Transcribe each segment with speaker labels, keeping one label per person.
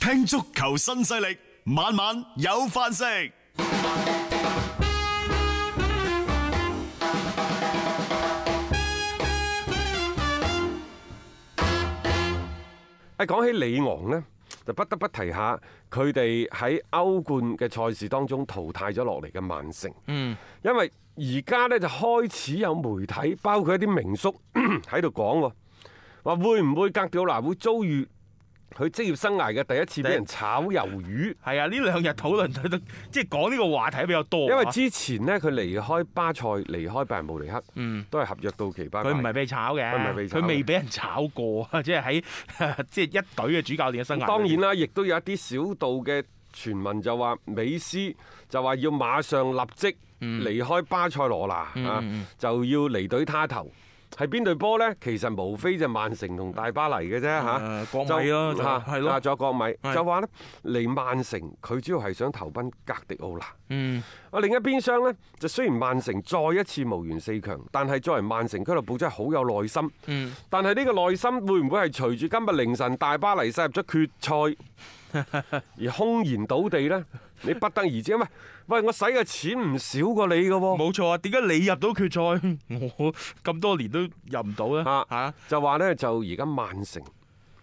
Speaker 1: 聽足球新勢力，晚晚有飯食。
Speaker 2: 啊，講起里昂呢，就不得不提下佢哋喺歐冠嘅賽事當中淘汰咗落嚟嘅曼城。嗯，因為而家呢，就開始有媒體，包括一啲名宿 喺度講喎，話會唔會格調拿會遭遇佢職業生涯嘅第一次俾人炒魷魚？
Speaker 3: 係啊，呢兩日討論佢都 即係講呢個話題比較多啊。
Speaker 2: 因為之前呢，佢離開巴塞、離開拜仁慕尼黑，
Speaker 3: 嗯
Speaker 2: 都係合約到期拜拜。
Speaker 3: 佢唔係被炒嘅，
Speaker 2: 佢唔係被炒嘅
Speaker 3: 佢未俾人炒過啊！即 係喺即係一隊嘅主教練嘅生涯。
Speaker 2: 當然，啦，亦都有一啲小道嘅傳聞就話美斯就話要馬上立即
Speaker 3: 嗯
Speaker 2: 離開巴塞羅那、啊，就要離隊他投。係邊隊波呢？其實無非就曼城同大巴黎嘅啫嚇
Speaker 3: 誒，啊國米
Speaker 2: 就
Speaker 3: 咯就係咯
Speaker 2: 啊仲有國米
Speaker 3: 係
Speaker 2: 就話呢，嚟曼城佢主要係想投奔格迪奧拿。
Speaker 3: 嗯，
Speaker 2: 啊，另一邊廂呢，就雖然曼城再一次無緣四強，但係作為曼城俱樂部真係好有耐心。
Speaker 3: 嗯
Speaker 2: 但係呢個耐心會唔會係隨住今日凌晨大巴黎殺入咗決賽而空言倒地呢？你不得而知，因為喂我使嘅錢唔少過你嘅喎。
Speaker 3: 冇錯啊！點解你入到決賽， 我咁多年都入唔到咧？
Speaker 2: 啊
Speaker 3: 嚇
Speaker 2: 就話呢，就而家曼城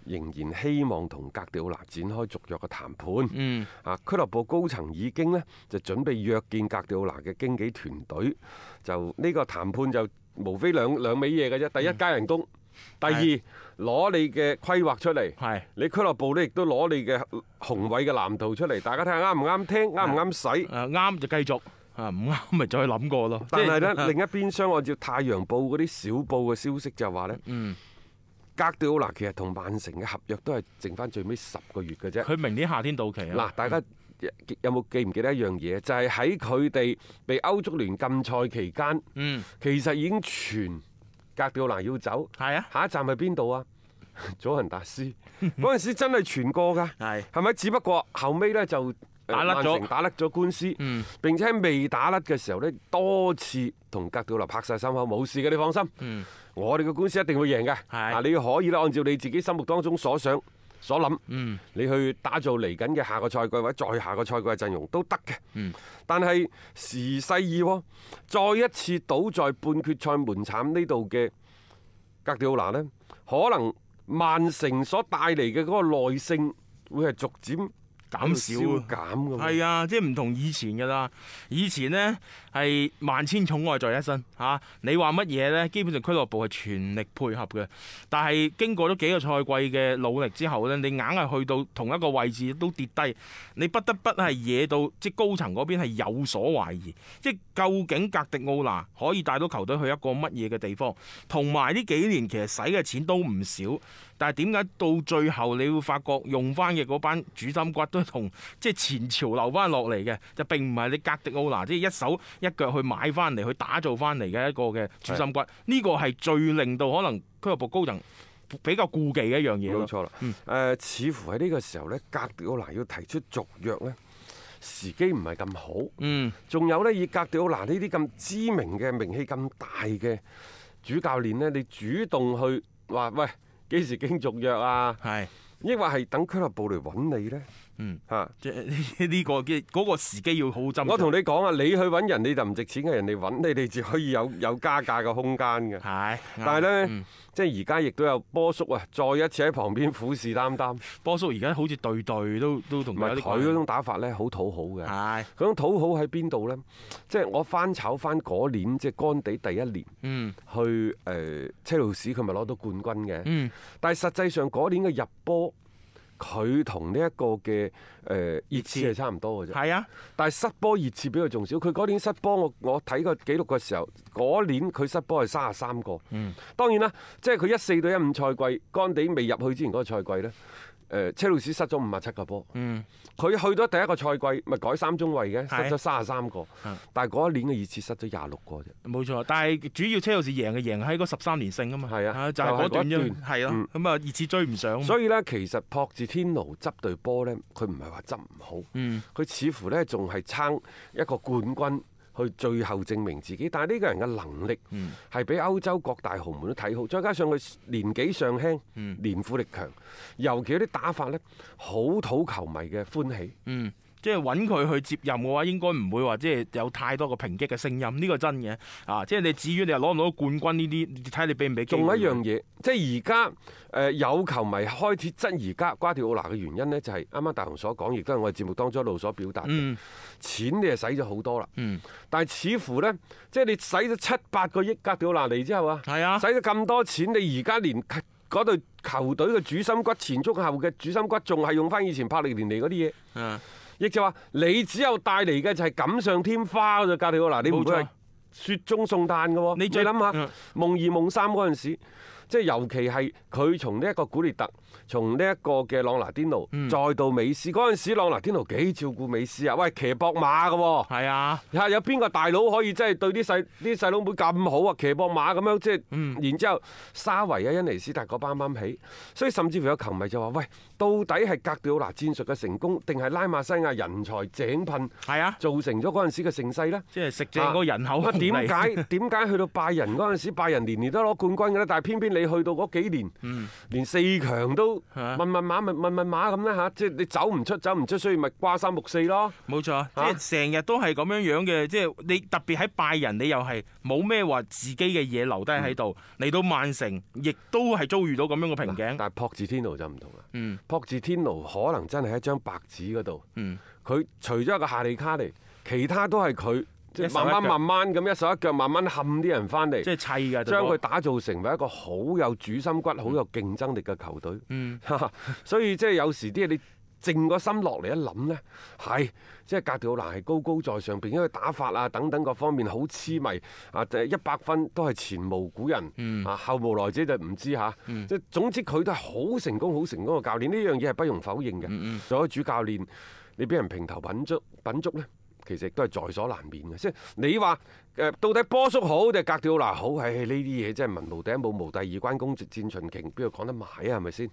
Speaker 2: 仍然希望同格迪奧拿展開續約嘅談判。
Speaker 3: 嗯，
Speaker 2: 啊，俱樂部高層已經呢，就準備約見格迪奧拿嘅經紀團隊，就呢個談判就無非兩兩味嘢嘅啫。第一加人工，第二
Speaker 3: 嗯係
Speaker 2: 攞你嘅規劃出嚟，
Speaker 3: 係
Speaker 2: 你俱樂部呢亦都攞你嘅宏偉嘅藍圖出嚟，大家睇下啱唔啱聽，啱唔啱使。
Speaker 3: 誒啱就繼續，啊唔啱咪再諗過咯。
Speaker 2: 但係
Speaker 3: 即啊
Speaker 2: 呢，另一邊廂按照《太陽報》嗰啲小報嘅消息就話呢，
Speaker 3: 嗯
Speaker 2: 格迪奧拿其實同曼城嘅合約都係剩翻最尾十個月嘅啫。
Speaker 3: 佢明年夏天到期啊。
Speaker 2: 嗱，大家有冇記唔記得一樣嘢？就係喺佢哋被歐足聯禁賽期間，
Speaker 3: 嗯，
Speaker 2: 其實已經傳格調蘭要走，
Speaker 3: 係啊，
Speaker 2: 下一站係邊度啊？ 祖雲達斯嗰陣時真係傳過㗎，
Speaker 3: 係
Speaker 2: 係咪？只不過後尾呢就呃
Speaker 3: 打甩
Speaker 2: 曼
Speaker 3: 咗
Speaker 2: 城打甩咗官司，
Speaker 3: 嗯
Speaker 2: 並且喺未打甩嘅時候呢，多次同格調蘭拍晒心口，冇事嘅，你放心，
Speaker 3: 嗯
Speaker 2: 我哋嘅官司一定會贏嘅。
Speaker 3: 係
Speaker 2: 嗱，你要可以啦，按照你自己心目當中所想所諗。
Speaker 3: 嗯
Speaker 2: 你去打造嚟緊嘅下個賽季或者再下個賽季嘅陣容都得嘅。
Speaker 3: 嗯
Speaker 2: 但係時勢已喎，再一次倒在半決賽門檻呢度嘅格迪奧拿呢，可能曼城所帶嚟嘅嗰個耐性會係逐漸
Speaker 3: 減少
Speaker 2: 消
Speaker 3: 啊
Speaker 2: 減咁。
Speaker 3: 係啊，即係唔同以前㗎啦。以前呢係萬千寵愛在一身嚇、啊你話乜嘢呢？基本上俱樂部係全力配合嘅。但係經過咗幾個賽季嘅努力之後呢，你硬係去到同一個位置都跌低，你不得不係惹到即係高層嗰邊係有所懷疑，即係究竟格迪奧拿可以帶到球隊去一個乜嘢嘅地方？同埋呢幾年其實使嘅錢都唔少，但係點解到最後你會發覺用翻嘅嗰班主心骨都同即係前朝留翻落嚟嘅，就並唔係你格迪奧拿即係一手一腳去買翻嚟去打造翻嚟嘅一個嘅主心骨，呢個係最令到可能俱樂部高層比較顧忌嘅一樣嘢
Speaker 2: 冇
Speaker 3: 咯。
Speaker 2: 錯啦。誒、似乎喺呢個時候呢，格迪奧拿要提出續約呢，時機唔係咁好。
Speaker 3: 嗯，
Speaker 2: 仲有呢，以格迪奧拿呢啲咁知名嘅名氣咁大嘅主教練呢，你主動去話喂幾時經續約啊？
Speaker 3: 係。
Speaker 2: 抑或係等俱樂部嚟揾你呢？
Speaker 3: 嗯，
Speaker 2: 嚇！
Speaker 3: 即係 呢個嘅嗰個時機要好好斟酌。
Speaker 2: 我同你講啊，你去揾人你就唔值錢嘅，人哋揾你，你至可以有有加價嘅空間嘅。
Speaker 3: 係，
Speaker 2: 但係呢，
Speaker 3: 嗯
Speaker 2: 即係而家亦都有波叔啊，再一次喺旁邊虎視眈眈。
Speaker 3: 波叔而家好似對對都都同
Speaker 2: 唔
Speaker 3: 佢
Speaker 2: 係
Speaker 3: 有啲啊
Speaker 2: 佢嗰種打法呢，好討好嘅。
Speaker 3: 係，
Speaker 2: 嗰種討好喺邊度呢？即係我翻炒翻嗰年，即係干地第一年。
Speaker 3: 嗯
Speaker 2: 去誒、呃車路士，佢咪攞到冠軍嘅。
Speaker 3: 嗯
Speaker 2: 但係實際上嗰年嘅入波，佢同呢一個嘅誒、呃、熱刺係差唔多嘅啫。
Speaker 3: 係啊，
Speaker 2: 但係失波熱刺比佢仲少。佢嗰年失波，我我睇個記錄嘅時候，嗰年佢失波係三十三個。
Speaker 3: 嗯
Speaker 2: 當然啦，即係佢一四到一五賽季，干地未入去之前嗰個賽季呢，誒、呃車路士失咗五十七個波。
Speaker 3: 嗯
Speaker 2: 佢去咗第一個賽季，咪改三中衞嘅，
Speaker 3: 係
Speaker 2: 失咗三十三個
Speaker 3: 嗯。
Speaker 2: 但係嗰一年嘅熱刺失咗廿六個啫。
Speaker 3: 冇錯。但係主要車路士贏嘅贏喺嗰十三連勝啊嘛，
Speaker 2: 係啊
Speaker 3: 就係嗰段
Speaker 2: 就係嗰一
Speaker 3: 啫，係
Speaker 2: 嗯
Speaker 3: 咯。咁啊，熱刺追唔上啊嘛，
Speaker 2: 所以呢，其實朴智天奴執對波呢，佢唔係話執唔好，
Speaker 3: 嗯
Speaker 2: 佢似乎呢仲係撐一個冠軍去最後證明自己。但係呢個人嘅能力
Speaker 3: 嗯
Speaker 2: 係比歐洲各大豪門都睇好，再加上佢年紀尚輕，
Speaker 3: 嗯
Speaker 2: 年富力強，尤其啲打法呢，好討球迷嘅歡喜。
Speaker 3: 嗯，即係揾佢去接任嘅話，應該唔會話即係有太多個抨擊嘅聲音，呢、個真嘅啊！即係你至於你又攞唔攞到冠軍呢啲，睇你俾唔俾機會
Speaker 2: 仲有一樣嘢，即係而家誒呃有球迷開始質疑加瓜迪奧拿嘅原因呢，就係啱啱大雄所講，亦都係我哋節目當中一路所表達嘅。
Speaker 3: 嗯
Speaker 2: 錢你係使咗好多啦，
Speaker 3: 嗯
Speaker 2: 但係似乎呢，即係你使咗七八個億加迪奧拿嚟之後啊，
Speaker 3: 係啊
Speaker 2: 使咗咁多錢，你而家連嗰隊球隊嘅主心骨前中後嘅主心骨，仲係用翻以前柏力連尼嗰啲嘢。
Speaker 3: 嗯
Speaker 2: 亦就話你只有帶嚟嘅就係錦上添花嘅啫，格里奧拿，你唔會
Speaker 3: 冇錯
Speaker 2: 係雪中送炭嘅喎。
Speaker 3: 你
Speaker 2: 你
Speaker 3: 最
Speaker 2: 諗下
Speaker 3: 嗯
Speaker 2: 夢二夢三嗰陣時，即係尤其係佢從呢一個古列特，從呢一個嘅朗拿甸奴，
Speaker 3: 嗯
Speaker 2: 再到美斯嗰陣時，朗拿甸奴幾照顧美斯啊！喂，騎膊馬嘅喎。
Speaker 3: 係啊，
Speaker 2: 嚇有邊個大佬可以真係對啲細啲細佬妹咁好啊？騎膊馬咁樣，即係、
Speaker 3: 嗯
Speaker 2: 然之後沙維啊、恩尼斯達嗰班啱啱起，所以甚至乎有球迷就話：喂，到底係格調拿戰術嘅成功，定係拉馬西亞人才井噴
Speaker 3: 係啊，
Speaker 2: 造成咗嗰陣時嘅盛世呢？
Speaker 3: 即係食正個人口
Speaker 2: 啊
Speaker 3: 紅利。
Speaker 2: 點解點解去到拜仁嗰陣時，拜仁年年都攞冠軍嘅咧？但係偏偏你去到嗰幾年，
Speaker 3: 嗯
Speaker 2: 連四強都
Speaker 3: 啊
Speaker 2: 問問馬問問問馬咁咧嚇，即係你走唔出走唔出，所以咪瓜三木四咯。
Speaker 3: 冇錯，即係成日都係咁樣樣嘅，即係你特別喺拜仁，你又係冇咩話自己嘅嘢留低喺度，
Speaker 2: 嗯
Speaker 3: 嚟、到曼城亦都係遭遇到咁樣嘅瓶頸。
Speaker 2: 但係朴智天奴就唔同啦。
Speaker 3: 嗯
Speaker 2: 朴智天奴可能真係喺張白紙嗰度，
Speaker 3: 嗯
Speaker 2: 佢除咗一個夏利卡尼，其他都係佢即
Speaker 3: 一
Speaker 2: 係
Speaker 3: 手一
Speaker 2: 慢慢
Speaker 3: 腳
Speaker 2: 慢慢咁一手一腳，慢慢冚啲人翻嚟
Speaker 3: 即，係砌㗎，
Speaker 2: 將佢
Speaker 3: 對波
Speaker 2: 打造成為一個好有主心骨、好有競爭力嘅球隊。
Speaker 3: 嗯
Speaker 2: 所以即係有時啲嘢你。靜個心落嚟一諗呢，係即係格調蘭係高高在上，並且佢打法啊等等各方面好痴迷
Speaker 3: 嗯
Speaker 2: 啊，就係一百分都係前無古人，啊後無來者就唔知嚇。
Speaker 3: 嗯
Speaker 2: 即係總之佢都係好成功、好成功嘅教練，呢樣嘢係不容否認
Speaker 3: 嗯
Speaker 2: 嘅。作為主教練，你俾人評頭品足品足呢，其實亦都係在所難免嘅。即係你話誒，到底波叔好定係格調蘭好？唉，呢啲嘢真係文無第一，武無第二，關公戰秦瓊，邊度講得埋啊？係咪先？